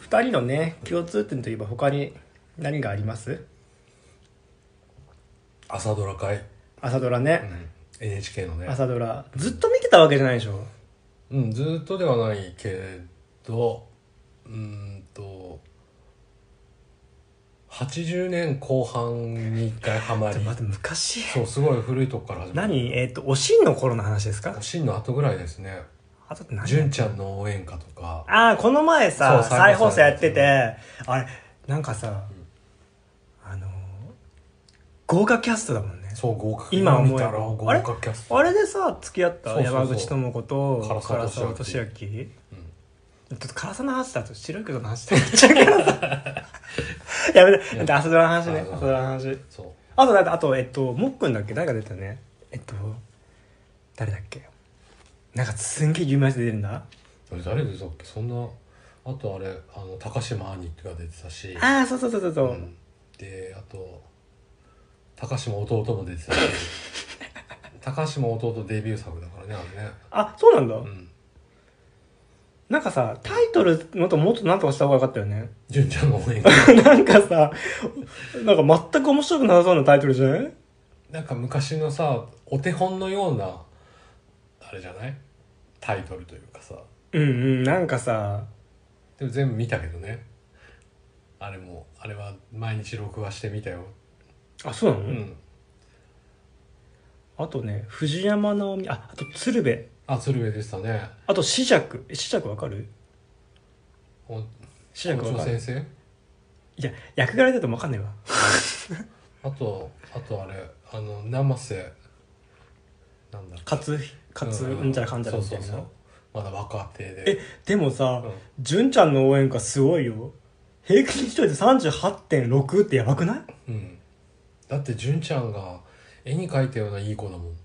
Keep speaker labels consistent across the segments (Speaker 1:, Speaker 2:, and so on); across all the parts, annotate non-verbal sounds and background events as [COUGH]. Speaker 1: 2人のね共通点といえば他に何があります
Speaker 2: 朝ドラ会、
Speaker 1: 朝ドラね、
Speaker 2: NHK のね
Speaker 1: 朝ドラずっと見てたわけじゃないでしょ
Speaker 2: うんずっとではないけれどうーんと80年後半に一回ハマ
Speaker 1: ちょ
Speaker 2: り
Speaker 1: っと待って昔
Speaker 2: そうすごい古いとこから始まる
Speaker 1: 何えっ、とおしんの頃の話ですか
Speaker 2: おしんの後ぐらいですね
Speaker 1: あとって何
Speaker 2: 純ちゃんの応援歌とか
Speaker 1: ああこの前さ
Speaker 2: そう
Speaker 1: 再放送やって
Speaker 2: 再
Speaker 1: てあれなんかさ、あのー豪華キャストだもんね
Speaker 2: そう豪華
Speaker 1: 今思
Speaker 2: 見
Speaker 1: え
Speaker 2: たら
Speaker 1: ば
Speaker 2: 豪
Speaker 1: あれ
Speaker 2: 華キャスト
Speaker 1: あれでさ付き合った
Speaker 2: そうそうそう
Speaker 1: 山口智子と
Speaker 2: 唐
Speaker 1: 唐
Speaker 2: 沢寿明
Speaker 1: 沢俊明ちょっと唐沢の話だと白いけどの話になっちゃうからさ [LAUGHS] やめてだって朝ドラの話ね朝
Speaker 2: 朝
Speaker 1: ド
Speaker 2: ドラ
Speaker 1: ラの話
Speaker 2: そう
Speaker 1: あとだってあとえっともっくんだっけ誰が出てたねえっと誰だっけなんかすんげえ有名な人出てるんだ
Speaker 2: あれ誰でしたっけそんなあとあれあの高島兄貴が出てたし
Speaker 1: ああそうそうそうそうそう、
Speaker 2: うんであと高島弟も
Speaker 1: [LAUGHS]
Speaker 2: 出てたし高島弟デビュー作だからねあれね
Speaker 1: あそうなんだ、
Speaker 2: うん
Speaker 1: なんかさタイトルのともっとなんとかした方が良かったよね [LAUGHS]
Speaker 2: 純ちゃんの応援歌
Speaker 1: なんかさなんか全く面白くなさそうなタイトルじゃない
Speaker 2: なんか昔のさお手本のようなあれじゃないタイトルというかさ
Speaker 1: うんうんなんかさ
Speaker 2: でも全部見たけどねあれもあれは毎日録画してみたよ
Speaker 1: あそうなの、
Speaker 2: うん
Speaker 1: あとね藤山直美ああと鶴瓶
Speaker 2: あ鶴瓶でしたね
Speaker 1: あと紫尺え紫尺わかる
Speaker 2: お校
Speaker 1: 紫尺わ
Speaker 2: 長
Speaker 1: か
Speaker 2: 先
Speaker 1: る
Speaker 2: 生
Speaker 1: いや役柄だともわかんないわ
Speaker 2: あとあとあれあの生瀬なんだっけ
Speaker 1: かつかつうんちゃらかんちゃらみたいな
Speaker 2: そうそうそうまだ若手で
Speaker 1: えでもさ、
Speaker 2: うん
Speaker 1: 純ちゃんの応援歌すごいよ平均一人で38.6ってやばくない
Speaker 2: うん、だって純ちゃんが絵に描いたようないい子だもん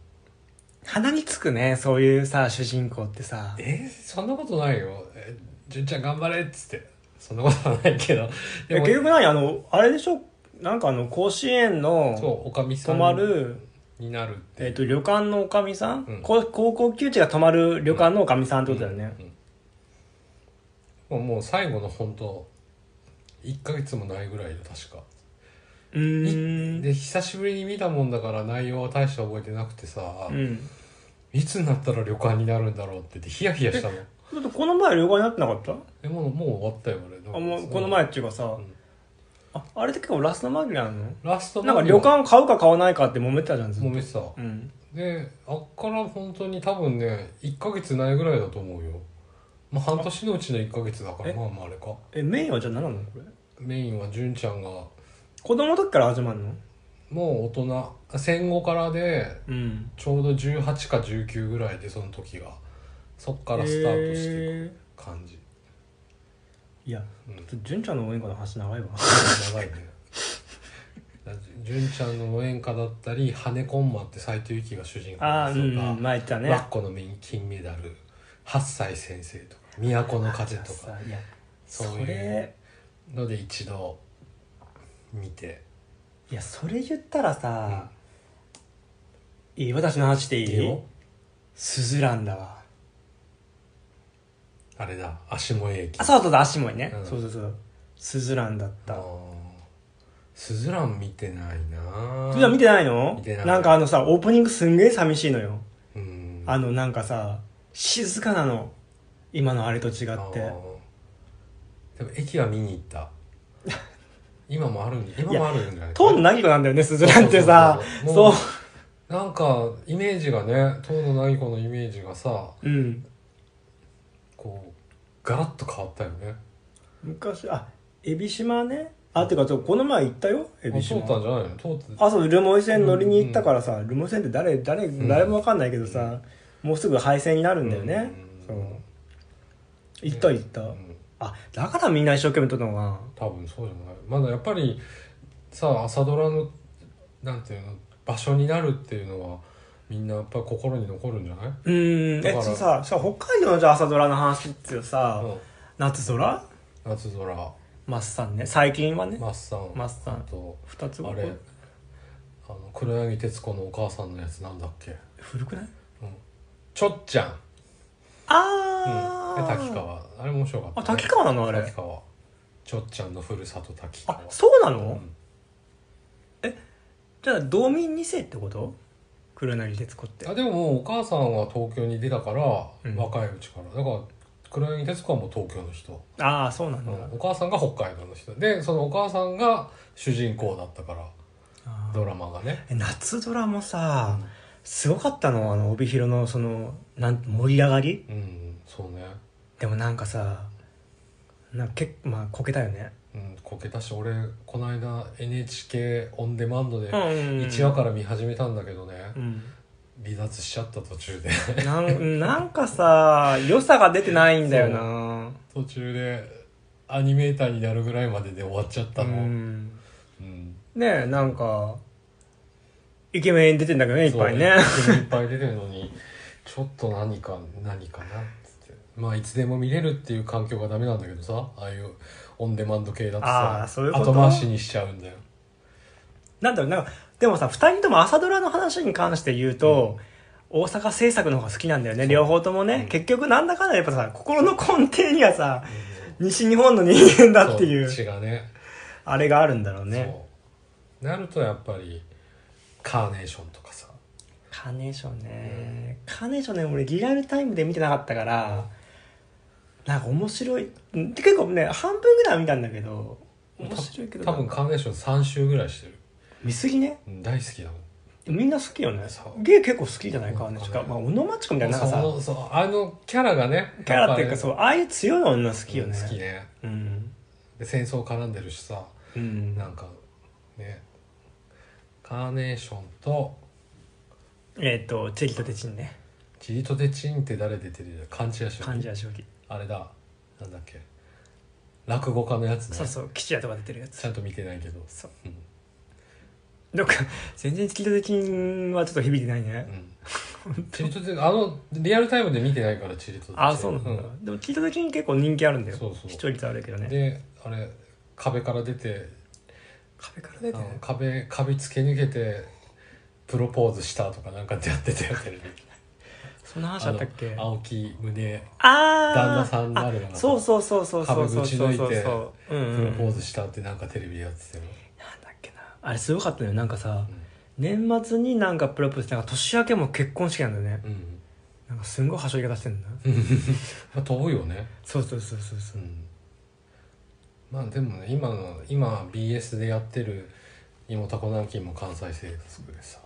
Speaker 1: 鼻につくねそういうさ主人公ってさ
Speaker 2: えそんなことないよえ純ちゃん頑張れっつってそんなことはないけど
Speaker 1: いや
Speaker 2: も
Speaker 1: 結局何あのあれでしょなんかあの甲子園
Speaker 2: そ
Speaker 1: の
Speaker 2: うおかみさ
Speaker 1: 泊
Speaker 2: ん
Speaker 1: まる、
Speaker 2: になるっていう
Speaker 1: えっと旅館のおかみさん、
Speaker 2: うん
Speaker 1: こう高校球児が泊まる旅館のおかみさんってことだよね、
Speaker 2: うんもうもう最後の本当1ヶ月もないぐらいよ確か
Speaker 1: うーん
Speaker 2: で久しぶりに見たもんだから内容は大して覚えてなくてさ、
Speaker 1: うん
Speaker 2: いつになったら旅館になるんだろうって言ってヒヤヒヤしたの
Speaker 1: だってこの前旅館になってなかった
Speaker 2: でももう終わったよ俺
Speaker 1: あもうこの前っていうかさ、
Speaker 2: ん
Speaker 1: ああれって結構ラスト間際なの
Speaker 2: ラスト
Speaker 1: なんか旅館を買うか買わないかって揉めてたじゃんずっと
Speaker 2: もめてた
Speaker 1: うん
Speaker 2: であっから本当に多分ね1ヶ月ないぐらいだと思うよまあ半年のうちの1ヶ月だから
Speaker 1: え
Speaker 2: まあまああれか
Speaker 1: えメインはじゃあ何なのこれ
Speaker 2: メインは純ちゃんが
Speaker 1: 子供の時から始まるの
Speaker 2: もう大人戦後からで
Speaker 1: うん
Speaker 2: ちょうど18か19ぐらいでその時がそっからスタートしてい
Speaker 1: へー
Speaker 2: く感じ、
Speaker 1: いや
Speaker 2: うん
Speaker 1: ちょっと純ちゃんの応援歌の話長い
Speaker 2: [LAUGHS]
Speaker 1: わ
Speaker 2: 長いね [LAUGHS] だ純ちゃんの応援歌だったり「ハネコンマ」って斎藤由貴が主人公
Speaker 1: ああうん
Speaker 2: ですとか、
Speaker 1: うん前言ってたね
Speaker 2: ラッコの金メダル八歳先生とか都の風とか
Speaker 1: さいや
Speaker 2: そう
Speaker 1: そ
Speaker 2: いう
Speaker 1: れ
Speaker 2: ので一度見て
Speaker 1: いやそれ言ったらさ、いい私の話してい
Speaker 2: いい
Speaker 1: い
Speaker 2: よ
Speaker 1: スズランだわ
Speaker 2: あれだ足もえ駅
Speaker 1: あそうそうそう足もいね、
Speaker 2: うん
Speaker 1: そうそうそうスズランだっ
Speaker 2: あ
Speaker 1: た
Speaker 2: ースズラン見てないな
Speaker 1: それは見てないの
Speaker 2: 見てない
Speaker 1: んかあのさオープニングすんげえ寂しいのよ
Speaker 2: うん
Speaker 1: あのなんかさ静かなの今のあれと違
Speaker 2: あ
Speaker 1: って
Speaker 2: ーでも駅は見に行
Speaker 1: [LAUGHS]
Speaker 2: った今もあるん今もあるんじゃない
Speaker 1: トーン
Speaker 2: ン
Speaker 1: の凪子なんだよねスズランってさ
Speaker 2: そう
Speaker 1: そう
Speaker 2: なんかイメージがね遠野なぎ子のイメージがさ
Speaker 1: うん
Speaker 2: こうガラッと変わったよね
Speaker 1: 昔あ海老島ねあてかちょこの前行ったよ
Speaker 2: あ
Speaker 1: 海老
Speaker 2: 通
Speaker 1: 島
Speaker 2: ったんじゃないの通った
Speaker 1: あそう留萌線乗りに行ったからさ、留萌線って誰誰誰もわかんないけどさ、もうすぐ廃線になるんだよね、そ
Speaker 2: うん
Speaker 1: う行った行った、
Speaker 2: うん
Speaker 1: あだからみんな一生懸命撮ったのか
Speaker 2: 多分そうじゃないまだやっぱりさ朝ドラのなんていうの場所になるっていうのはみんなやっぱり心に残るんじゃない、
Speaker 1: なうん
Speaker 2: だ
Speaker 1: え
Speaker 2: から
Speaker 1: そうさしかも北海道のじゃあ朝ドラの話っていうさ、
Speaker 2: うん、
Speaker 1: 夏空
Speaker 2: 夏空
Speaker 1: マッサンね最近はね
Speaker 2: マッサン
Speaker 1: マッサン
Speaker 2: あと
Speaker 1: 二つ
Speaker 2: あ
Speaker 1: こ
Speaker 2: れあの黒柳徹子のお母さんのやつなんだっけ
Speaker 1: 古くない
Speaker 2: ちょっちゃん、うん、
Speaker 1: あ
Speaker 2: で
Speaker 1: あ、
Speaker 2: 滝川あれ面白かった、
Speaker 1: あ滝川なのあれ
Speaker 2: 滝川ちょっちゃんのふるさと滝
Speaker 1: あそうな
Speaker 2: う
Speaker 1: の、
Speaker 2: ん
Speaker 1: じゃあ道民2世ってこと黒柳徹子って
Speaker 2: あでももうお母さんは東京に出たから、
Speaker 1: うん
Speaker 2: 若いうちからだから黒柳徹子はもう東京の人、
Speaker 1: ああそうなんだ、
Speaker 2: うんお母さんが北海道の人でそのお母さんが主人公だったから
Speaker 1: あー
Speaker 2: ドラマがね
Speaker 1: え夏ドラもさ、すごかったのあの帯広のそのなん盛り上がり
Speaker 2: うん、うんそうね
Speaker 1: でもなんかさなんか結構まあこけたよね
Speaker 2: うんこけたし俺この間 NHK オンデマンドで
Speaker 1: ん
Speaker 2: 1話から見始めたんだけどね、
Speaker 1: うん、
Speaker 2: 離脱しちゃった途中で [LAUGHS]
Speaker 1: なんなんかさ良さが出てないんだよな
Speaker 2: 途中でアニメーターになるぐらいまでで終わっちゃったの、
Speaker 1: うん
Speaker 2: うん
Speaker 1: ねえなんかイケメン出てんだけどねいっぱいね
Speaker 2: そういっぱい出てるのにちょっと何か何かなっつってまあいつでも見れるっていう環境がダメなんだけどさああいうオンデマンド系だと
Speaker 1: あ
Speaker 2: さ
Speaker 1: ーそういうこと
Speaker 2: 後回しにしちゃうんだよ
Speaker 1: なんだろうなんかでもさ2人とも朝ドラの話に関して言うと、大阪制作の方が好きなんだよね
Speaker 2: そう
Speaker 1: 両方ともね、
Speaker 2: うん
Speaker 1: 結局なんだかんだやっぱさ心の根底にはさ西日本の人間だってい
Speaker 2: そう
Speaker 1: う
Speaker 2: 血がね
Speaker 1: あれがあるんだろうね
Speaker 2: そうなるとやっぱりカーネーションとかさ
Speaker 1: カーネーションね、カーネーションね俺リアルタイムで見てなかったから、なんか面白いうん結構ね半分ぐらいは見たんだけど面白いけど
Speaker 2: 多分カーネーション3周ぐらいしてる
Speaker 1: 見すぎね
Speaker 2: うん大好きだもん
Speaker 1: みんな好きよね
Speaker 2: そう
Speaker 1: ゲイ結構好きじゃないか
Speaker 2: うん
Speaker 1: ねしかまあ小野真知子みたいななんか
Speaker 2: そ
Speaker 1: さ
Speaker 2: のそうあのキャラがね
Speaker 1: キャラっていうか
Speaker 2: う
Speaker 1: そうああいう強い女好きよね
Speaker 2: 好きね
Speaker 1: うん
Speaker 2: で戦争絡んでるしさ
Speaker 1: うん
Speaker 2: なんかねカーネーションと
Speaker 1: えっとチェリとテチンね
Speaker 2: チリとデチンって誰出てる漢字やしょ
Speaker 1: 漢字は将棋
Speaker 2: あれだなんだっけ落語家のやつね
Speaker 1: そうそう吉谷とか出てるやつ
Speaker 2: ちゃんと見てないけど
Speaker 1: そう
Speaker 2: うん
Speaker 1: どっか全然チェリとテチンはちょっと響いてないね
Speaker 2: うんチリとデチンあのリアルタイムで見てないからチリとデチン
Speaker 1: ああそうなんだでもチェリとテチン結構人気あるんだよ
Speaker 2: そうそう
Speaker 1: 視聴率あるけど
Speaker 2: うん
Speaker 1: ね
Speaker 2: であれ壁から出て
Speaker 1: 壁から出て
Speaker 2: あ
Speaker 1: る
Speaker 2: の壁壁突き抜けてプロポーズしたとかなんかってやってたよテレビ
Speaker 1: そんな話あったっけ
Speaker 2: あの青木宗
Speaker 1: ああ
Speaker 2: 旦那さんになるのが
Speaker 1: そうそうそうそうそうそう
Speaker 2: 壁ぶち
Speaker 1: そうそ
Speaker 2: 抜いうて
Speaker 1: そうう
Speaker 2: プ
Speaker 1: んうん
Speaker 2: ロポーズしたってなんかテレビでやってたよ、
Speaker 1: なんだっけなあれすごかったのよなんかさ、
Speaker 2: うん
Speaker 1: 年末になんかプロポーズしてなんか年明けも結婚式なんだよね
Speaker 2: うん
Speaker 1: なんかすんごいはしょり方してんだ
Speaker 2: まあ、飛ぶよね、、
Speaker 1: そうそうそうそうそううん
Speaker 2: まあでもね今の今 BS でやってる「芋たこ軟禁」も関西制作でさ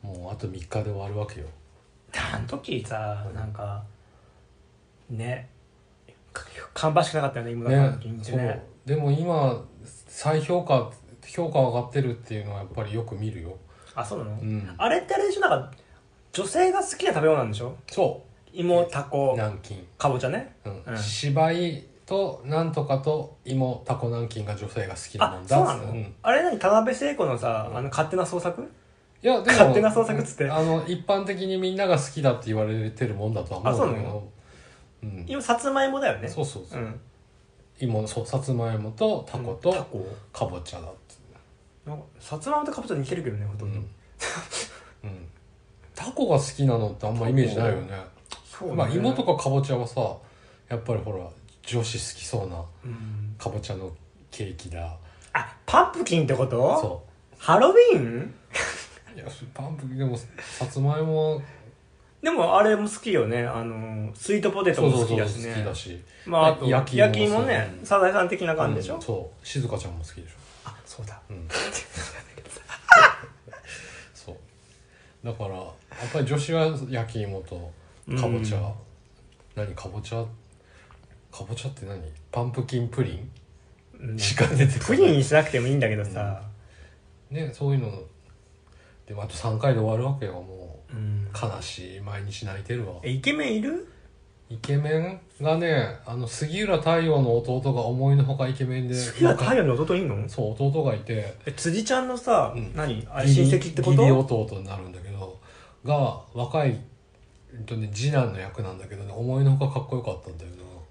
Speaker 2: もうあと3日で終わるわけよ
Speaker 1: あの時さなんかねか芳しくなかったよね今だ
Speaker 2: ね
Speaker 1: の時に
Speaker 2: そ
Speaker 1: ね
Speaker 2: うでも今再評価評価上がってるっていうのはやっぱりよく見るよ、
Speaker 1: あそうなの、
Speaker 2: うん、
Speaker 1: あれってあれでしょなんか女性が好きな食べ物なんでしょ
Speaker 2: そ
Speaker 1: 芋た
Speaker 2: う
Speaker 1: こ
Speaker 2: 軟禁、
Speaker 1: かぼちゃね
Speaker 2: うん
Speaker 1: うん
Speaker 2: 芝居となんとかと芋たこ軟禁が女性が好きなも
Speaker 1: あ
Speaker 2: んだ
Speaker 1: そうなの、
Speaker 2: うん
Speaker 1: あれ何田辺聖子のさ、
Speaker 2: うん
Speaker 1: あの勝手な創作
Speaker 2: いやでも
Speaker 1: 勝手な創作っつって
Speaker 2: あの一般的にみんなが好きだって言われてるもんだとは思うんだけ
Speaker 1: あ
Speaker 2: どうん
Speaker 1: 今さつまいもだよね
Speaker 2: そうそうそう、
Speaker 1: ん
Speaker 2: 芋そうさつまいもとタコと
Speaker 1: タコ
Speaker 2: かぼちゃだって、
Speaker 1: なんかさつまいもとかぼちゃ似てるけどねほと
Speaker 2: うん
Speaker 1: ど、
Speaker 2: うんタコが好きなのってあんまイメージないよね
Speaker 1: そうね
Speaker 2: まあ芋とかかぼちゃはさやっぱりほら女子好きそうな
Speaker 1: うん
Speaker 2: かぼちゃのケーキだ
Speaker 1: あパンプキンってこと
Speaker 2: そ
Speaker 1: ハロウィーン
Speaker 2: ういやパンプキンでもさつまいもは
Speaker 1: でもあれも好きよねあのスイートポテト
Speaker 2: そう
Speaker 1: も
Speaker 2: そう
Speaker 1: 好
Speaker 2: そう
Speaker 1: き
Speaker 2: 好
Speaker 1: だしね
Speaker 2: きだし
Speaker 1: まああと
Speaker 2: 焼
Speaker 1: 焼
Speaker 2: き
Speaker 1: き芋
Speaker 2: 芋も
Speaker 1: もね
Speaker 2: そう
Speaker 1: サザエさん的な感じでしょ、
Speaker 2: うんそう静香ちゃんも好きでしょ
Speaker 1: あそうだ
Speaker 2: うんそうだからやっぱり女子は焼き芋とかぼちゃ、
Speaker 1: うん
Speaker 2: 何かぼちゃかぼちゃって何パンプキンプリンしか出てこ
Speaker 1: プ
Speaker 2: ない
Speaker 1: リンにしなくてもいいんだけどさ、
Speaker 2: ねそういうのでもあと3回で終わるわけよも
Speaker 1: うん
Speaker 2: う悲しい毎日泣いてるわ
Speaker 1: えイケメンいる
Speaker 2: イケメンがねあの杉浦太陽の弟が思いのほかイケメンで
Speaker 1: 好きな太陽の弟いんの
Speaker 2: そう弟がいて
Speaker 1: え辻ちゃんのさ、
Speaker 2: うん
Speaker 1: 何あれ親戚ってこ
Speaker 2: 義理義理
Speaker 1: と
Speaker 2: 弟になるんだけどが若い、えっとね、次男の役なんだけどね思いのほかかっこよかったんだよ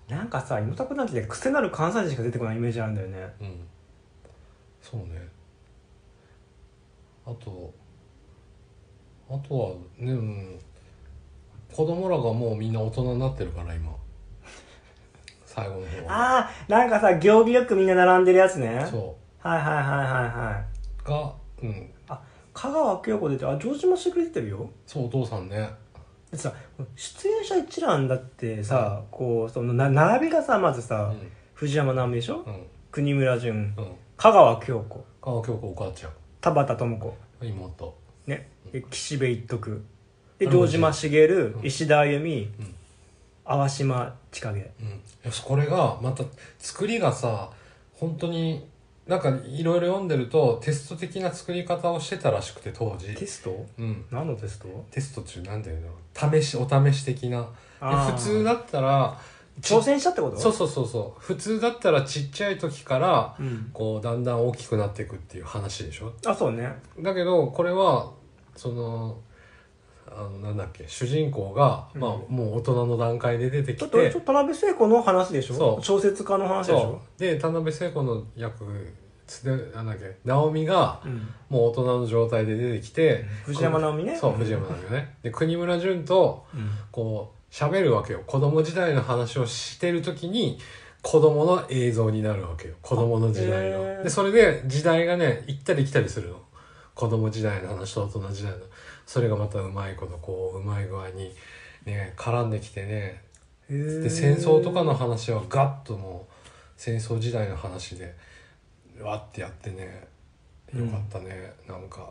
Speaker 1: なんかさ芋たこなんてね癖なる関西人しか出てこないイメージあるんだよね
Speaker 2: なうんそうねあとあとはね、うん、子供らがもうみんな大人になってるから今 [LAUGHS] 最後の方
Speaker 1: あ
Speaker 2: は
Speaker 1: あなんかさ行儀よくみんな並んでるやつね
Speaker 2: そ
Speaker 1: はいはいはいはいはいう
Speaker 2: がうん
Speaker 1: 香川京子出てあ城島してくれてるよ
Speaker 2: そうお父さんね
Speaker 1: でさ出演者一覧だってさ、こうそのな並びがさまず
Speaker 2: う
Speaker 1: さ、
Speaker 2: ん
Speaker 1: 藤山直美でしょ、
Speaker 2: うん
Speaker 1: 国村淳
Speaker 2: うん
Speaker 1: 香川京子
Speaker 2: あ今日お母ちゃん
Speaker 1: 田畑智子
Speaker 2: 妹
Speaker 1: ねで岸辺一徳で
Speaker 2: なるほ
Speaker 1: 城
Speaker 2: ど
Speaker 1: 島茂、
Speaker 2: ん
Speaker 1: 石田歩み、
Speaker 2: うん
Speaker 1: 淡島千景
Speaker 2: うんいやこれがまた作りがさ本当になんかいろいろ読んでるとテスト的な作り方をしてたらしくて当時
Speaker 1: テスト
Speaker 2: うん
Speaker 1: 何のテスト
Speaker 2: テスト中なんだよな試しお試し的な
Speaker 1: あー
Speaker 2: 普通だったらち
Speaker 1: 挑戦したってこと
Speaker 2: そうそうそうそう普通だったらちっちゃい時から
Speaker 1: うん、
Speaker 2: こうだんだん大きくなっていくっていう話でしょ
Speaker 1: あそうね
Speaker 2: だけどこれはそのあのなんだっけ主人公が、
Speaker 1: うん
Speaker 2: まあ、もう大人の段階で出て
Speaker 1: ちょ
Speaker 2: き
Speaker 1: っとちょ
Speaker 2: て
Speaker 1: っと田辺聖子の話でし
Speaker 2: そ
Speaker 1: ょ
Speaker 2: う
Speaker 1: 小説家の話でしょ
Speaker 2: そうで田辺聖子の役つでなんだっけ直美が
Speaker 1: うん
Speaker 2: もう大人の状態で出てきて
Speaker 1: 藤山直美ね
Speaker 2: そう藤山直美ねで国村淳と
Speaker 1: うん
Speaker 2: こう喋るわけよ子供時代の話をしてる時に子供の映像になるわけよ子供の時代
Speaker 1: へ
Speaker 2: の
Speaker 1: ー
Speaker 2: でそれで時代がね行ったり来たりするの子供時代の話と大人時代のそれがまたうまいことこううまい具合にね絡んできてねで
Speaker 1: で
Speaker 2: 戦争とかの話はガッともう戦争時代の話でわってやってねよかったね、なんか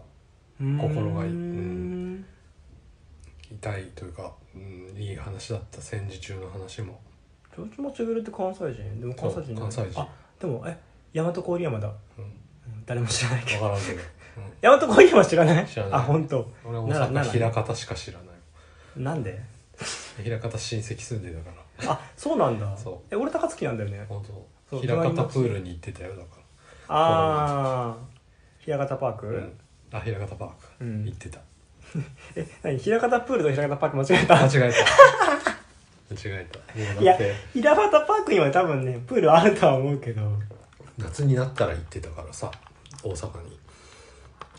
Speaker 2: 心がいいうん痛いというか、うん、いい話だった戦時中の話も
Speaker 1: 城島茂って関西人でも関西人じゃない
Speaker 2: そう関西人
Speaker 1: あでもえ大和郡山だ、う
Speaker 2: うん
Speaker 1: ん誰も知らないけ
Speaker 2: 分
Speaker 1: ど [LAUGHS]
Speaker 2: からんけど、
Speaker 1: 大和郡山知らない
Speaker 2: 知らない
Speaker 1: あ本当。
Speaker 2: うん、俺は
Speaker 1: なら
Speaker 2: 大
Speaker 1: な
Speaker 2: 阪
Speaker 1: ら
Speaker 2: 平方しか知らない
Speaker 1: なんで
Speaker 2: 平方親戚住んでたから
Speaker 1: あそうなんだ
Speaker 2: そう
Speaker 1: え俺高槻なんだよね
Speaker 2: 本
Speaker 1: そ
Speaker 2: 当
Speaker 1: う
Speaker 2: 平方プールに行ってたよだか
Speaker 1: ああ平方パーク、
Speaker 2: ら、うん、あ平方パーク、
Speaker 1: うん
Speaker 2: 行ってた
Speaker 1: え何平方プールと平方パーク間違え
Speaker 2: 間
Speaker 1: た
Speaker 2: 違えた間違えたも
Speaker 1: いう
Speaker 2: だっ
Speaker 1: や
Speaker 2: て
Speaker 1: 平方パークには多分ねプールあるとは思うけど
Speaker 2: 夏になったら行ってたからさ大阪に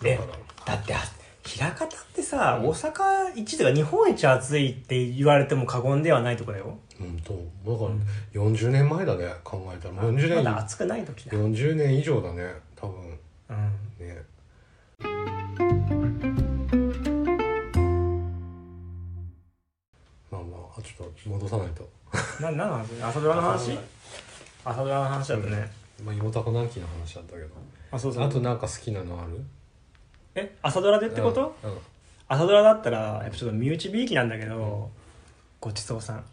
Speaker 1: え
Speaker 2: だから
Speaker 1: だってあ平方ってさ、大阪一とか日本一暑いって言われても過言ではないとこだよ
Speaker 2: うんとだから40年前だね考えたら40
Speaker 1: ま
Speaker 2: 年、
Speaker 1: だ暑くない時だ、
Speaker 2: 40年以上だね多分
Speaker 1: うん、
Speaker 2: ねまあまあちょっと戻さないと
Speaker 1: な何の話朝ドラの話朝ドラの話だったね、
Speaker 2: まあ妹はこ南紀の話だったけど
Speaker 1: あそう
Speaker 2: あとなんか好きなのある
Speaker 1: え朝ドラでってこと、
Speaker 2: うんうん
Speaker 1: 朝ドラだったらやっぱちょっと身内びいきなんだけど、ごちそうさん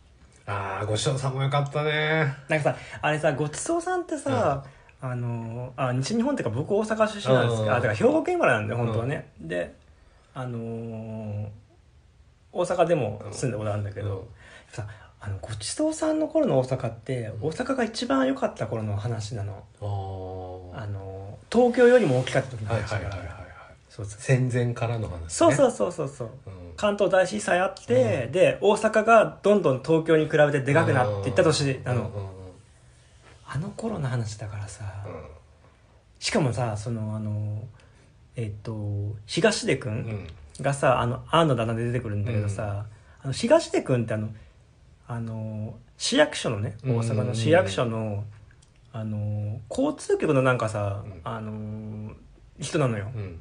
Speaker 2: ああごちそうさんもよかったね
Speaker 1: なんかさあれさごちそうさんってさ、あのあ西日本っていうか僕大阪出身なんですけ
Speaker 2: うん
Speaker 1: どあてか兵庫県生まれなんで本当はね、であのー大阪でも住んだことあるんだけど、さあのごちそうさんの頃の大阪って大阪が一番良かった頃の話なの,、
Speaker 2: ああ
Speaker 1: あのー東京よりも大きかった時の
Speaker 2: はい
Speaker 1: 話
Speaker 2: は
Speaker 1: だ
Speaker 2: い
Speaker 1: か
Speaker 2: は
Speaker 1: ら、
Speaker 2: いはいはい
Speaker 1: そうそう
Speaker 2: 戦前からの話、ね、
Speaker 1: そうそうそうそうそう
Speaker 2: うん、
Speaker 1: 関東大震災あって、
Speaker 2: う
Speaker 1: で大阪がどんどん東京に比べてでかくなっていった年なの、
Speaker 2: うんうん
Speaker 1: あの頃の話だからさ、
Speaker 2: うん
Speaker 1: しかもさそのあのえっと東出
Speaker 2: うんう
Speaker 1: 君
Speaker 2: ん
Speaker 1: がさあの「あ」の旦那で出てくるんだけどさ、あの東出君ってあのあの市役所のね
Speaker 2: うん
Speaker 1: 大阪の市役所の、あの交通局のなんかさ、
Speaker 2: うん
Speaker 1: あの人なのよ、
Speaker 2: うん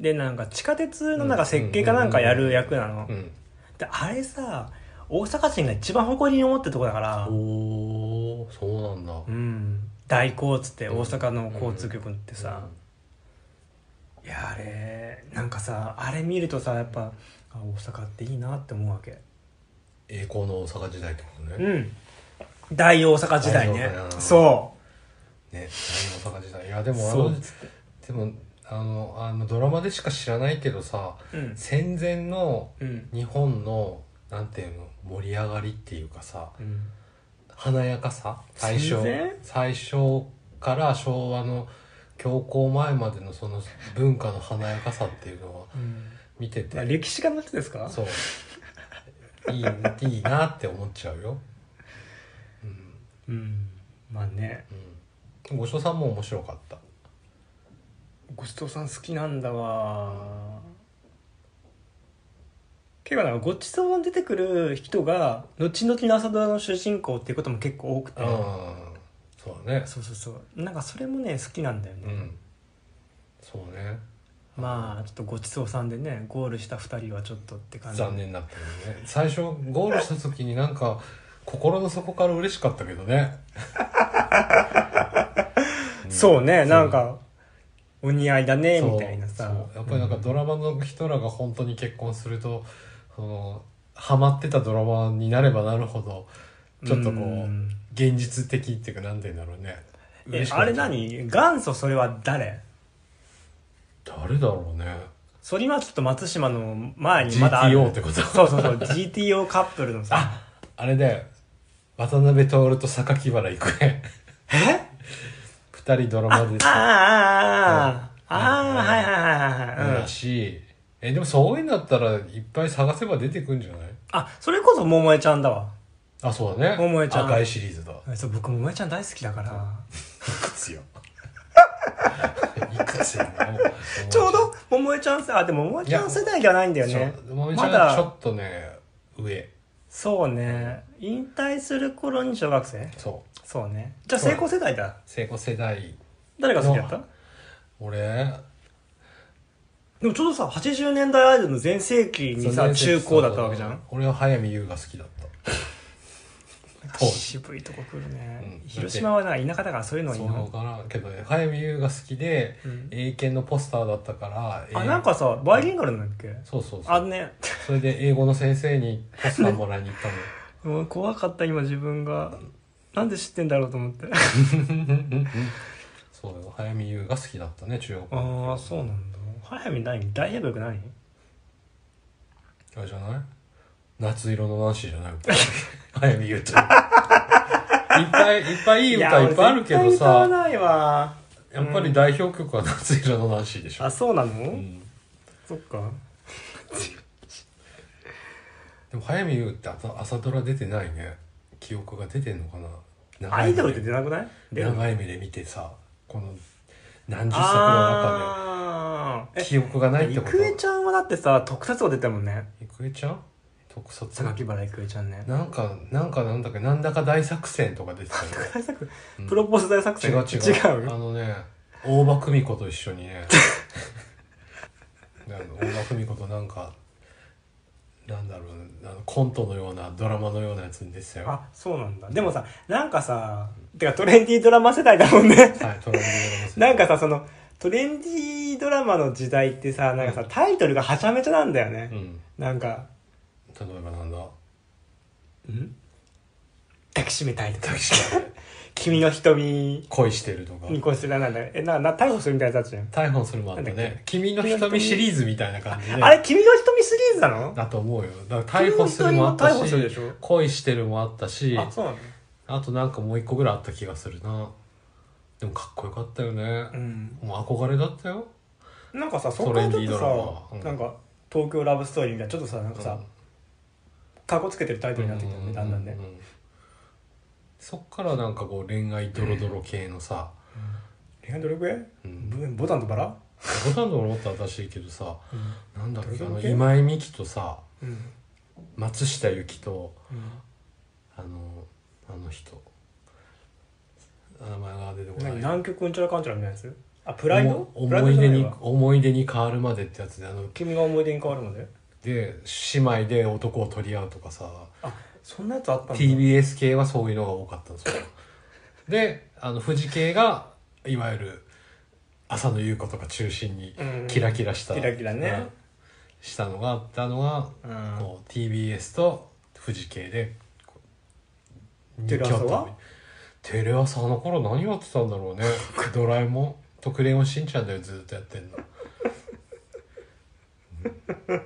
Speaker 1: でなんか地下鉄のなんか設計かなんかやる役なの、
Speaker 2: うん
Speaker 1: であれさ大阪人が一番誇りに思ってるとこだから
Speaker 2: おおそうなんだ
Speaker 1: うん代行っつって大阪の交通局ってさ、いやあれなんかさあれ見るとさやっぱあ大阪っていいなって思うわけ
Speaker 2: 栄光の大阪時代ってことね、
Speaker 1: う
Speaker 2: ね
Speaker 1: ん大大阪時代ね
Speaker 2: 大大阪
Speaker 1: そ
Speaker 2: 大阪時代いやで
Speaker 1: う
Speaker 2: もあ
Speaker 1: そう
Speaker 2: のでもあのあのドラマでしか知らないけどさ
Speaker 1: うん
Speaker 2: 戦前の
Speaker 1: うん
Speaker 2: 日本のなんていうの盛り上がりっていうかさ
Speaker 1: うん
Speaker 2: 華やかさ最
Speaker 1: 戦
Speaker 2: 初
Speaker 1: 前
Speaker 2: 最初から昭和の強行前までのその文化の華やかさっていうのは見てて、
Speaker 1: まあ歴史家の人ですか
Speaker 2: そういいいいなって思っちゃうよ、うん
Speaker 1: うんまあね
Speaker 2: うん、ごちそうさんも面白かった
Speaker 1: ごちそうさん好きなんだわ結構なんかごちそうに出てくる人が後々の朝ドラの主人公っていうことも結構多くて
Speaker 2: ああそうだね
Speaker 1: そうそうそうなんかそれもね好きなんだよ
Speaker 2: う
Speaker 1: ね、
Speaker 2: んそうね
Speaker 1: まあちょっとごちそうさんでねゴールした2人はちょっとって感じ
Speaker 2: 残念だったけどね最初ゴールした時になんか心の底から嬉しかったけどね、
Speaker 1: そうね
Speaker 2: う
Speaker 1: なんかお似合いだね
Speaker 2: そう
Speaker 1: みたいなさ
Speaker 2: そうやっぱりなんかドラマの人らが本当に結婚すると、そのハマってたドラマになればなるほどちょっとこう、
Speaker 1: ん
Speaker 2: 現実的っていうか何て言うんだろうね
Speaker 1: え
Speaker 2: 嬉しかった
Speaker 1: あれ何元祖それは誰
Speaker 2: 誰だろうね
Speaker 1: 反町と松島の前にまだある
Speaker 2: GTO ってこと
Speaker 1: そうそうそう GTO カップルのさ
Speaker 2: あれで渡辺徹と榊原郁恵
Speaker 1: え
Speaker 2: 2人ドラマで
Speaker 1: あああああ
Speaker 2: うん
Speaker 1: ああはいはいはいはいはい、うん
Speaker 2: だ、し、えでもそういうんだったらいっぱい探せば出てくんじゃない
Speaker 1: あそれこそ桃江ちゃんだわ
Speaker 2: あそうだね
Speaker 1: 桃江ちゃん
Speaker 2: 赤いシリーズだ
Speaker 1: そう僕桃江ちゃん大好きだから
Speaker 2: いくつよいくつよもう
Speaker 1: ちょうど桃江ちゃん世あでも桃江ちゃん世代じゃないんだよね
Speaker 2: そう桃江ち
Speaker 1: ま
Speaker 2: ゃんちょ
Speaker 1: だ
Speaker 2: っとね上
Speaker 1: そうね引退する頃に小学生
Speaker 2: そう
Speaker 1: そうねじゃあ成功世代だ
Speaker 2: 聖子世代
Speaker 1: 誰が好きだった
Speaker 2: 俺
Speaker 1: でもちょうどさ80年代アイドルの全盛期にさ中高だったわけじゃん
Speaker 2: 俺は早見優が好きだった当時
Speaker 1: 渋いとこ来るね、
Speaker 2: うん
Speaker 1: 広島はな田舎だからそういうのいい
Speaker 2: そう
Speaker 1: の
Speaker 2: かなけどね早見優が好きで
Speaker 1: うん
Speaker 2: 英検のポスターだったから
Speaker 1: あ
Speaker 2: 英
Speaker 1: なんかさバイリンガルなんだっけ
Speaker 2: そうそうそう
Speaker 1: あね
Speaker 2: それで英語の先生にポスターもらいに行ったのよ
Speaker 1: もう怖かった今自分がなんで知ってんだろうと思って
Speaker 2: そうよ早見優が好きだったね中学校
Speaker 1: あ
Speaker 2: の
Speaker 1: あそうなんだ早見何大変力何
Speaker 2: 時あれじゃない夏色のナンシーじゃない [LAUGHS] 早見優といっぱいいっぱいいい歌いっぱいあるけど
Speaker 1: いや俺絶対歌わ
Speaker 2: さ
Speaker 1: ないわ
Speaker 2: やっぱり代表曲は夏色のナンシーでしょ
Speaker 1: あ、そうなの、
Speaker 2: うん、
Speaker 1: そっか
Speaker 2: でも早見優って朝朝ドラ出てないね記憶が出てんのかな
Speaker 1: アイドルって
Speaker 2: 長い
Speaker 1: 出なくない
Speaker 2: 目で
Speaker 1: 出る
Speaker 2: 長い目で見てさこの何十作の中
Speaker 1: あー
Speaker 2: で記憶がないって
Speaker 1: え
Speaker 2: こ
Speaker 1: 郁恵
Speaker 2: と
Speaker 1: ちゃんはだってさ特撮を出てたもんね
Speaker 2: 郁恵ちゃん特撮
Speaker 1: 榊原郁恵ちゃんね
Speaker 2: なんか、なんかなんだっけ、なんだか大作戦とか出てたよね。
Speaker 1: 大作
Speaker 2: うん
Speaker 1: プロポーズ大作
Speaker 2: 違
Speaker 1: 戦
Speaker 2: う違う。
Speaker 1: 違
Speaker 2: あのね、大場久美子と一緒にね、 [LAUGHS] あの大場久美子となんか、なんだろう、あのコントのような、ドラマのようなやつに出てたよ。は
Speaker 1: あそうなんだでもさなんかさてかトレンディードラマ世代だもん
Speaker 2: [LAUGHS]
Speaker 1: ね
Speaker 2: い、トランドラマです
Speaker 1: なんかさそのトレンディードラマの時代ってさなんかさタイトルがはちゃめちゃなんだよね
Speaker 2: う、ん。
Speaker 1: なんか
Speaker 2: 例えばなんだ
Speaker 1: 抱きしめたいとか
Speaker 2: 抱きしめて
Speaker 1: 君の瞳
Speaker 2: 恋して
Speaker 1: [LAUGHS]
Speaker 2: るとか。
Speaker 1: にこうするなんだえなな逮捕するみたいなやつだじゃん
Speaker 2: 逮捕するもあった
Speaker 1: なんだっけ
Speaker 2: ね。君の瞳シリーズみたいな感じで。
Speaker 1: あれ、君の瞳シリーズなの
Speaker 2: だと思うよ。だから逮捕するもあった
Speaker 1: 君の瞳も逮捕するで
Speaker 2: し
Speaker 1: しょ、
Speaker 2: 恋してるもあったし、
Speaker 1: あ、そうなの
Speaker 2: あとなんかもう一個ぐらいあった気がするなでもかっこよかったよね、
Speaker 1: うん。
Speaker 2: もう憧れだったよ
Speaker 1: なんかさ、そこからちょっと
Speaker 2: トレンディードラマうん
Speaker 1: さ、なんか、東京ラブストーリーみたいな、ちょっとさ、なんかさ、かっこつけてるタイトルになってきたよね、だんだんね
Speaker 2: う。うそっからなんかこう恋愛ドロドロ系のさ、
Speaker 1: 恋愛ドラクエ
Speaker 2: うん
Speaker 1: ブボタンとバラ
Speaker 2: ボタンドロもっと新しいけどさなんだっけ
Speaker 1: ド
Speaker 2: あ
Speaker 1: ロドロ
Speaker 2: の
Speaker 1: 系
Speaker 2: 今井美樹とさ
Speaker 1: うん。
Speaker 2: 松下由樹とあのあの人名前が出てこない
Speaker 1: 何南極うんちゃらかんちゃらみたいなやつあ、プライド
Speaker 2: おも
Speaker 1: プライド
Speaker 2: 思い
Speaker 1: じゃ
Speaker 2: 出
Speaker 1: ない
Speaker 2: に
Speaker 1: わ
Speaker 2: 思い出に変わるまでってやつであの
Speaker 1: 君が思い出に変わるまで
Speaker 2: で姉妹で男を取り合うとかさ
Speaker 1: あ、そんなやつあったんだ。
Speaker 2: TBS 系はそういうのが多かったんですよ
Speaker 1: [LAUGHS]
Speaker 2: であの富士系がいわゆる浅野ゆう子とか中心に
Speaker 1: うん
Speaker 2: キラキラした、
Speaker 1: キラキラね
Speaker 2: うんしたのがあったのが、
Speaker 1: うん
Speaker 2: こう TBS と富士系でこう
Speaker 1: テレ朝は
Speaker 2: 二巨頭にテレ朝あの頃何やってたんだろうね
Speaker 1: [LAUGHS]
Speaker 2: ドラえもんとクレヨンしんちゃんだよずっとやってん
Speaker 1: [LAUGHS]
Speaker 2: の、うん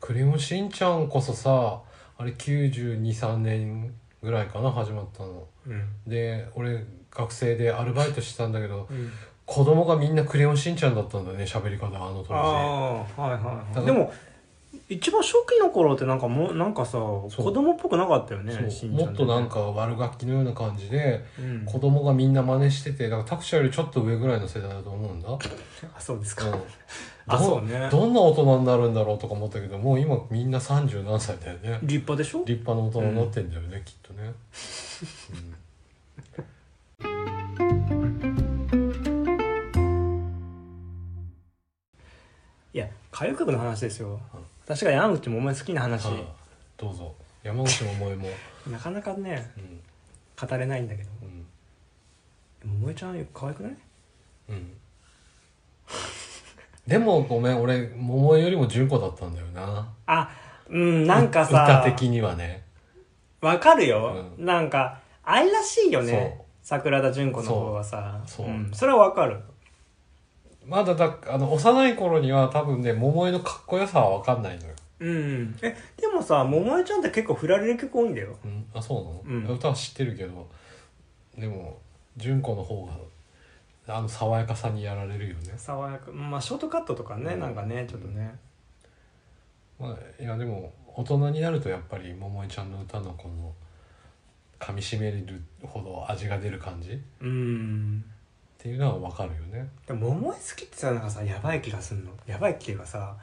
Speaker 2: クレヨンしんちゃんこそさあれ923年ぐらいかな始まったの
Speaker 1: うん。
Speaker 2: で俺学生でアルバイトしてたんだけど
Speaker 1: うん
Speaker 2: 子供がみんなクレヨンしんちゃんだったんだよね喋り方があの当
Speaker 1: ああはいはい
Speaker 2: だ
Speaker 1: は
Speaker 2: から
Speaker 1: いでも一番初期の頃ってなんかもうなんかさ子
Speaker 2: そう
Speaker 1: 供っぽくなかったよね
Speaker 2: 時
Speaker 1: し
Speaker 2: そうん
Speaker 1: ちゃ
Speaker 2: も
Speaker 1: ん
Speaker 2: ってと
Speaker 1: ね
Speaker 2: なんか悪ガキのような感じで
Speaker 1: うん
Speaker 2: 子供がみんな真似しててだからタクシーよりちょっと上ぐらいの世代だと思うんだ、
Speaker 1: あそうです
Speaker 2: う
Speaker 1: か
Speaker 2: ん
Speaker 1: あそうね
Speaker 2: どんな大人になるんだろうとか思ったけどもう今みんな30何歳だよね
Speaker 1: 立派でしょ
Speaker 2: 立派な大人になってんだよね、きっとね、
Speaker 1: いや歌謡曲の話ですよ
Speaker 2: うん
Speaker 1: 私が山口百恵好きな話
Speaker 2: はいどうぞ山口百恵も、
Speaker 1: なかなかね
Speaker 2: うん
Speaker 1: 語れないんだけど
Speaker 2: うん
Speaker 1: 百恵ちゃん可愛くない
Speaker 2: うん、でもごめん俺桃江よりも純子だったんだよな
Speaker 1: あうんなんか
Speaker 2: 歌
Speaker 1: さ
Speaker 2: 的にはね
Speaker 1: わかるよ、
Speaker 2: う
Speaker 1: なんか愛らしいよね
Speaker 2: そう
Speaker 1: 桜田淳子の方がさ、
Speaker 2: そうそうん
Speaker 1: それはわかる
Speaker 2: まだだあの幼い頃には多分ね桃江のかっこよさは分かんないのよ、
Speaker 1: うんえでもさ桃江ちゃんって結構振られる曲多いんだよ
Speaker 2: うん、あそうなの、
Speaker 1: うん
Speaker 2: 歌は知ってるけどでも純子の方があの爽やかさにやられるよね
Speaker 1: 爽やかまあショートカットとかね、
Speaker 2: うん
Speaker 1: なんかねちょっとね
Speaker 2: まあいやでも大人になるとやっぱり桃井ちゃんの歌のこの噛みしめるほど味が出る感じっ
Speaker 1: うん
Speaker 2: ていうのは分かるよね
Speaker 1: でも桃江好きってさなんかさやばい気がすんのやばいっていうかさ、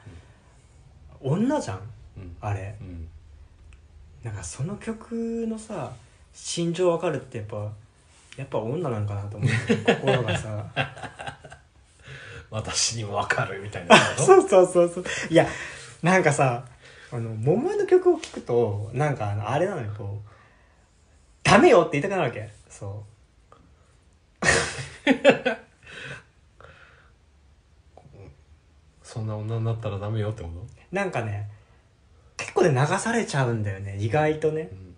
Speaker 1: 女じゃん
Speaker 2: うん
Speaker 1: あれ
Speaker 2: うん
Speaker 1: なんかその曲のさ心情わかるってやっぱやっぱ女なんかなと思う心がさ
Speaker 2: 私にも分かるみたい
Speaker 1: [LAUGHS]
Speaker 2: な
Speaker 1: [LAUGHS]
Speaker 2: う
Speaker 1: そうそうそうそういやなんかさあの桃江の曲を聴くとなんかあのあれなのよこう「ダメよ」って言いたくなるわけそ
Speaker 2: そんな女になったらダメよってこと
Speaker 1: うなんかね結構で流されちゃうんだよね意外とね
Speaker 2: うん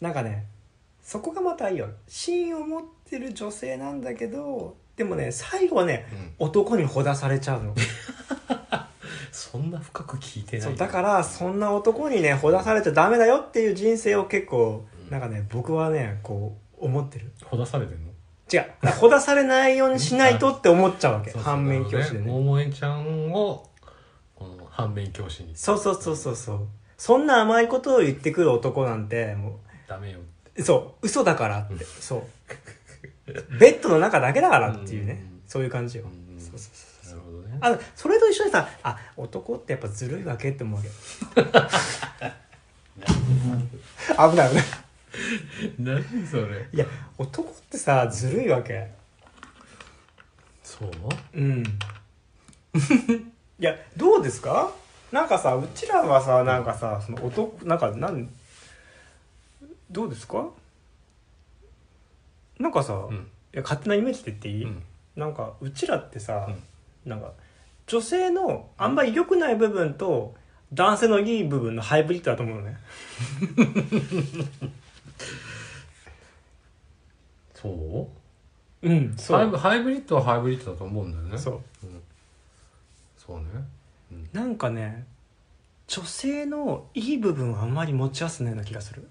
Speaker 1: なんかねそこがまたいいよ芯を持ってる女性なんだけどでもね最後はね
Speaker 2: うん
Speaker 1: 男にほだされちゃうの
Speaker 2: そんな深く聞いてない
Speaker 1: そうだからそんな男にねほだされちゃダメだよっていう人生を結構
Speaker 2: うん
Speaker 1: なんかね僕はねこう思ってる
Speaker 2: ほだされてんの
Speaker 1: 違うほだされないようにしないとって思っちゃうわけ
Speaker 2: そうそう
Speaker 1: 反面教師で
Speaker 2: なるほ
Speaker 1: ね
Speaker 2: ど桃江ちゃんをこの反面教師に
Speaker 1: そうそうそうそうそうそんな甘いことを言ってくる男なんても
Speaker 2: ダメよっ
Speaker 1: うそう嘘だからってそうベッドの中だけだからっていうね
Speaker 2: うん
Speaker 1: そういう感じ
Speaker 2: て
Speaker 1: よ
Speaker 2: うんうん
Speaker 1: そうそう
Speaker 2: なるほどね
Speaker 1: あのそれと一緒にさあ男ってやっぱずるいわけって思うわけ
Speaker 2: [LAUGHS]
Speaker 1: 危ない危ない
Speaker 2: 何それ
Speaker 1: いや男ってさずるいわけ
Speaker 2: そう
Speaker 1: うんいやどうですかなんかさうちらはさなんかさその男なんかなんどうですかなんかさ、
Speaker 2: う
Speaker 1: い
Speaker 2: ん
Speaker 1: や勝手なイメージで言っていい、
Speaker 2: うん
Speaker 1: なんかうちらってさ
Speaker 2: う、
Speaker 1: なんか女性のあんまり良くない部分と男性のいい部分のハイブリッドだと思うのね
Speaker 2: そう
Speaker 1: うんそ
Speaker 2: ハイ
Speaker 1: う
Speaker 2: ブハイブリッドはハイブリッドだと思うんだよね
Speaker 1: そう
Speaker 2: うんそうねうん
Speaker 1: なんかね女性のいい部分はあんまり持ち合わせないような気がする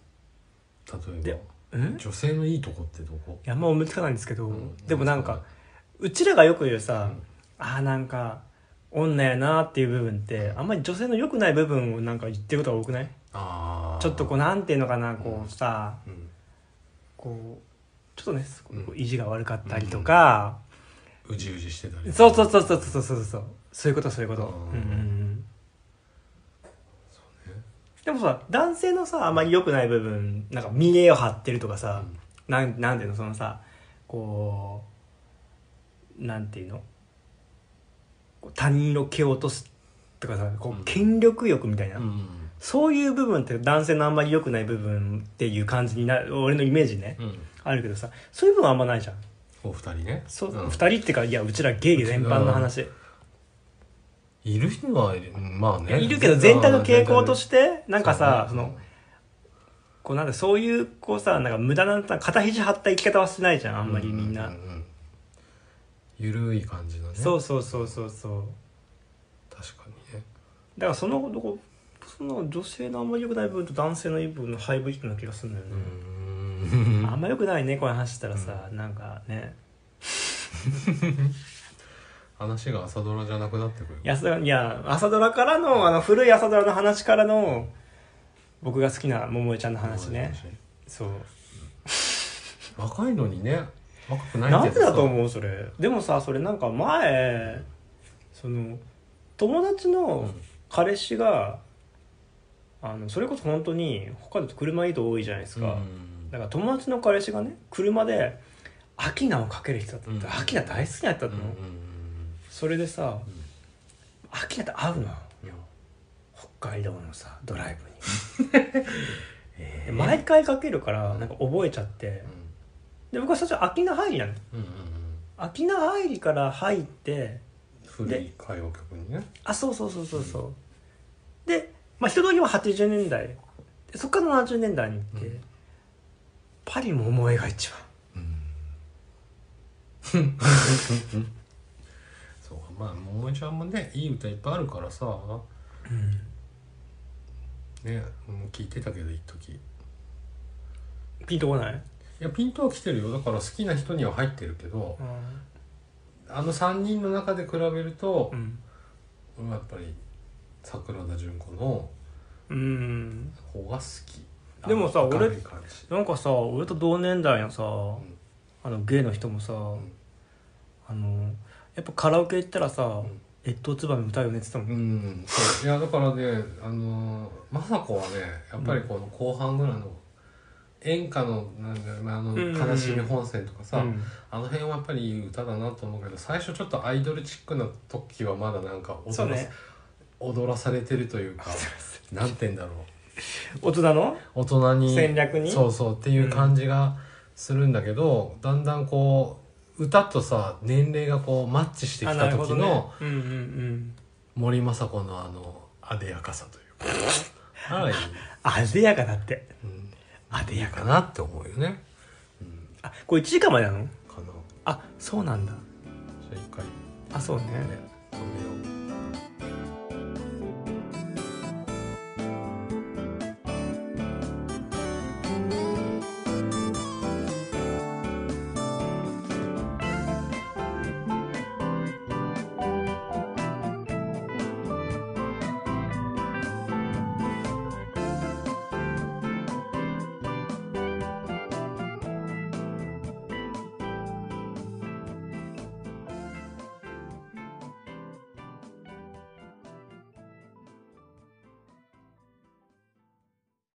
Speaker 2: 例え
Speaker 1: でうん
Speaker 2: ば女性のいいとこってどこ
Speaker 1: いやあんま思いつかないんですけど、
Speaker 2: うん
Speaker 1: でもなんかうちらがよく言うさ、
Speaker 2: うん
Speaker 1: ああなんか女やなっていう部分ってあんまり女性の良くない部分をなんか言ってることが多くない
Speaker 2: ああ
Speaker 1: ちょっとこうなんていうのかなこうさ、
Speaker 2: うん
Speaker 1: こうちょっとねすごいこう
Speaker 2: うん
Speaker 1: 意地が悪かったりとか、
Speaker 2: うじうじしてたり
Speaker 1: そうそうそうそうそうそうそうそういうことそういうこと、
Speaker 2: うん
Speaker 1: うんうんうん
Speaker 2: ね
Speaker 1: でもさ男性のさあまり良くない部分なんか見栄を張ってるとかさ、なんなんていうのそのさこうなんていうのこう他人を蹴落とすとかさこ
Speaker 2: うん
Speaker 1: う権力欲みたいな、
Speaker 2: うんうん
Speaker 1: そういう部分って男性のあんまり良くない部分っていう感じにな俺のイメージね、
Speaker 2: うん
Speaker 1: あるけどさそういう部分はあんまないじゃん
Speaker 2: お二人ね
Speaker 1: そう、
Speaker 2: ん
Speaker 1: 二人っていうかいやうちらゲイ全般の話、
Speaker 2: いる人はいるうんまあ
Speaker 1: いや
Speaker 2: ね
Speaker 1: いるけど全体の傾向と
Speaker 2: て
Speaker 1: してなんかさそ,、
Speaker 2: そうね
Speaker 1: のこうなんだそういうこうさなんか無駄なさ肩肘張った生き方はしないじゃんあんまりみんな、
Speaker 2: うううんゆるい感じのね
Speaker 1: そうそうそうそうそう
Speaker 2: 確かにね
Speaker 1: だからそのどこその女性のあんまり良くない部分と男性のいい部分のハイブリッドな気がするんだよ
Speaker 2: う
Speaker 1: ね、
Speaker 2: ん
Speaker 1: あんま良くないねこういう話したらさ、なんかね
Speaker 2: 話が朝ドラじゃなくなってくる
Speaker 1: 安田いや朝ドラからのあの古い朝ドラの話からの僕が好きな桃江ちゃんの話ねそう
Speaker 2: 若いのにね若くない
Speaker 1: な
Speaker 2: け
Speaker 1: ん
Speaker 2: ど
Speaker 1: でだと思うそれでもさそれなんか前その友達
Speaker 2: う
Speaker 1: の
Speaker 2: ん
Speaker 1: 彼氏が、あのそれこそ本当に他だと車移動多いじゃないですか、
Speaker 2: うん
Speaker 1: だから友達の彼氏がね車でアキナをかける人だった
Speaker 2: うん
Speaker 1: アキナ大好きな人だったの、それでさ
Speaker 2: うん
Speaker 1: アキナと会うの
Speaker 2: いや
Speaker 1: 北海道のさドライブに、
Speaker 2: [LAUGHS] え
Speaker 1: で
Speaker 2: ー
Speaker 1: 毎回かけるからなんか覚えちゃってで僕は最初アキナ入りなの
Speaker 2: うんうんうん
Speaker 1: アキナ入りから入って
Speaker 2: 古い歌謡曲にね
Speaker 1: あそうそうそうそうそう、で、まあ、人通りは80年代でそっから70年代に行って、
Speaker 2: うん
Speaker 1: パリ桃江が一番
Speaker 2: そうかまあ桃井ちゃんもねいい歌いっぱいあるからさねもう聞いてたけど一時い
Speaker 1: ピンとこない、
Speaker 2: やピントは来てるよだから好きな人には入ってるけど
Speaker 1: う
Speaker 2: あの3人の中で比べると、
Speaker 1: ん
Speaker 2: やっぱり桜田淳子の
Speaker 1: うん、
Speaker 2: 方が好き
Speaker 1: でもさ
Speaker 2: あの明るい
Speaker 1: 俺
Speaker 2: 感じ
Speaker 1: なんかさ俺と同年代のさ、
Speaker 2: うん
Speaker 1: あのゲイの人もさ、
Speaker 2: ん
Speaker 1: あのやっぱカラオケ行ったらさ
Speaker 2: ん
Speaker 1: 「越冬燕歌うよね」って言ってたもん、
Speaker 2: うん、そういやだからね、あのー、雅子はねやっぱりこの後半ぐらいの演歌のなんだろうなあの
Speaker 1: ん
Speaker 2: 「悲しみ本線」とかさ、
Speaker 1: うん
Speaker 2: あの辺はやっぱりいい歌だなと思うけど最初ちょっとアイドルチックな時はまだなんか踊ら,、
Speaker 1: そうね
Speaker 2: 踊らされてると
Speaker 1: [LAUGHS]
Speaker 2: いうかなんて言うんだろう
Speaker 1: 大人の
Speaker 2: 大人に
Speaker 1: 戦略に
Speaker 2: そうそうっていう感じがするんだけど、だんだんこう歌とさ年齢がこうマッチしてき
Speaker 1: あな
Speaker 2: た
Speaker 1: るほ
Speaker 2: 時
Speaker 1: ど
Speaker 2: の、
Speaker 1: ねうんうんうん
Speaker 2: 森昌子のあのあでやかさというか [LAUGHS] はい、
Speaker 1: あでやかだって
Speaker 2: うん、
Speaker 1: あで
Speaker 2: い
Speaker 1: や
Speaker 2: い
Speaker 1: か
Speaker 2: かなって思うよね、うん、
Speaker 1: あこれ1時間前なの
Speaker 2: かな
Speaker 1: あそうなんだ
Speaker 2: じゃあ一回
Speaker 1: あそうね
Speaker 2: ね止めよう